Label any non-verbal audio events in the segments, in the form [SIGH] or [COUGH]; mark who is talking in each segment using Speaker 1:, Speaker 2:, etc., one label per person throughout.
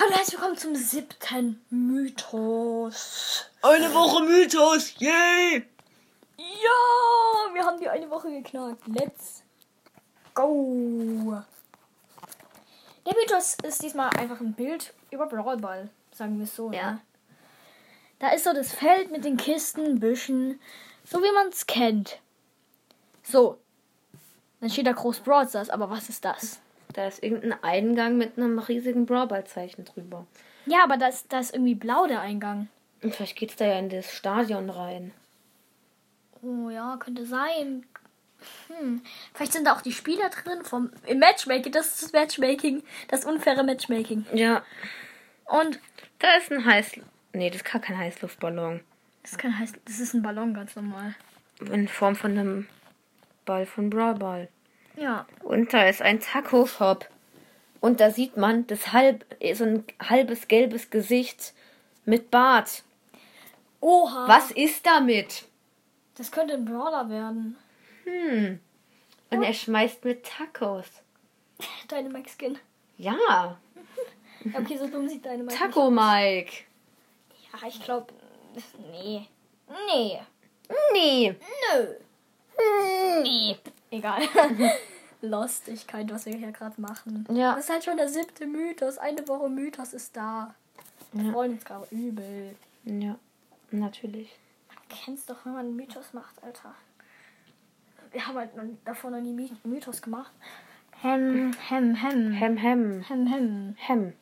Speaker 1: und herzlich willkommen zum siebten Mythos.
Speaker 2: Eine Woche Mythos, yay!
Speaker 1: Ja, wir haben die eine Woche geknackt. Let's go. Der Mythos ist diesmal einfach ein Bild über Brawl Ball, sagen wir es so.
Speaker 2: Ja.
Speaker 1: Ne? Da ist so das Feld mit den Kisten, Büschen, so wie man es kennt. So. Dann steht da groß Brawl Stars, aber was ist das?
Speaker 2: Da ist irgendein Eingang mit einem riesigen Brawlball-Zeichen drüber.
Speaker 1: Ja, aber da ist, da ist irgendwie blau der Eingang.
Speaker 2: Und vielleicht geht's da ja in das Stadion rein.
Speaker 1: Oh ja, könnte sein. Hm. Vielleicht sind da auch die Spieler drin vom im Matchmaking. Das ist das Matchmaking, das unfaire Matchmaking.
Speaker 2: Ja.
Speaker 1: Und
Speaker 2: Da ist ein Heiß... Nee, das ist gar kein Heißluftballon.
Speaker 1: das kann heißen, das ist ein Ballon ganz normal.
Speaker 2: In Form von einem Ball von Brawlball.
Speaker 1: Ja.
Speaker 2: Und da ist ein Taco-Shop. Und da sieht man das halb, so ein halbes gelbes Gesicht mit Bart.
Speaker 1: Oha.
Speaker 2: Was ist damit?
Speaker 1: Das könnte ein Brawler werden. [LAUGHS]
Speaker 2: Hm. Und er schmeißt mit Tacos.
Speaker 1: Deine Mike Skin.
Speaker 2: Ja,
Speaker 1: Ja, Okay, so dumm sieht deine Mike.
Speaker 2: Mhm. Taco Mike.
Speaker 1: Ja, ich glaube, nee. Nee.
Speaker 2: Nee.
Speaker 1: Nö.
Speaker 2: Hm.
Speaker 1: Nee. Egal. [LAUGHS] Lustigkeit, was wir hier gerade machen.
Speaker 2: Ja.
Speaker 1: Das ist halt schon der siebte Mythos. Eine Woche Mythos ist da. Wir
Speaker 2: Ja.
Speaker 1: freuen uns gerade übel.
Speaker 2: Ja, natürlich.
Speaker 1: Kennst doch, wenn man einen Mythos macht, Alter. Wir haben halt noch, davor noch nie My- Mythos gemacht. Hem, hem, hem.
Speaker 2: Hem, hem.
Speaker 1: Hem, hem.
Speaker 2: Hem.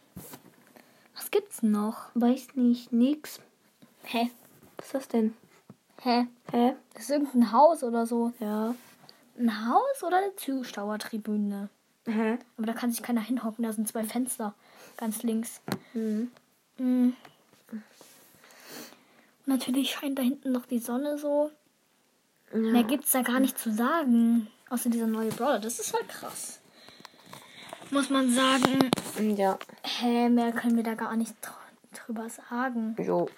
Speaker 1: Was gibt's noch?
Speaker 2: Weiß nicht, nix.
Speaker 1: Hä?
Speaker 2: Was ist das denn?
Speaker 1: Hä?
Speaker 2: Hä?
Speaker 1: Das ist irgendein Haus oder so.
Speaker 2: Ja.
Speaker 1: Ein Haus oder eine Zuschauertribüne?
Speaker 2: Hä?
Speaker 1: Aber da kann sich keiner hinhocken, da sind zwei Fenster. Ganz links.
Speaker 2: Hm.
Speaker 1: Mm. Natürlich scheint da hinten noch die Sonne so. Mehr gibt's da gar nicht zu sagen. Außer dieser neue Brawler. Das ist halt krass. Muss man sagen,
Speaker 2: Ja.
Speaker 1: hä, mehr können wir da gar nicht dr- drüber sagen.
Speaker 2: Jo.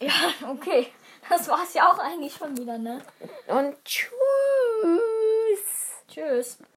Speaker 1: Ja, okay. Das war's ja auch eigentlich schon wieder, ne?
Speaker 2: Und tschüss.
Speaker 1: Tschüss.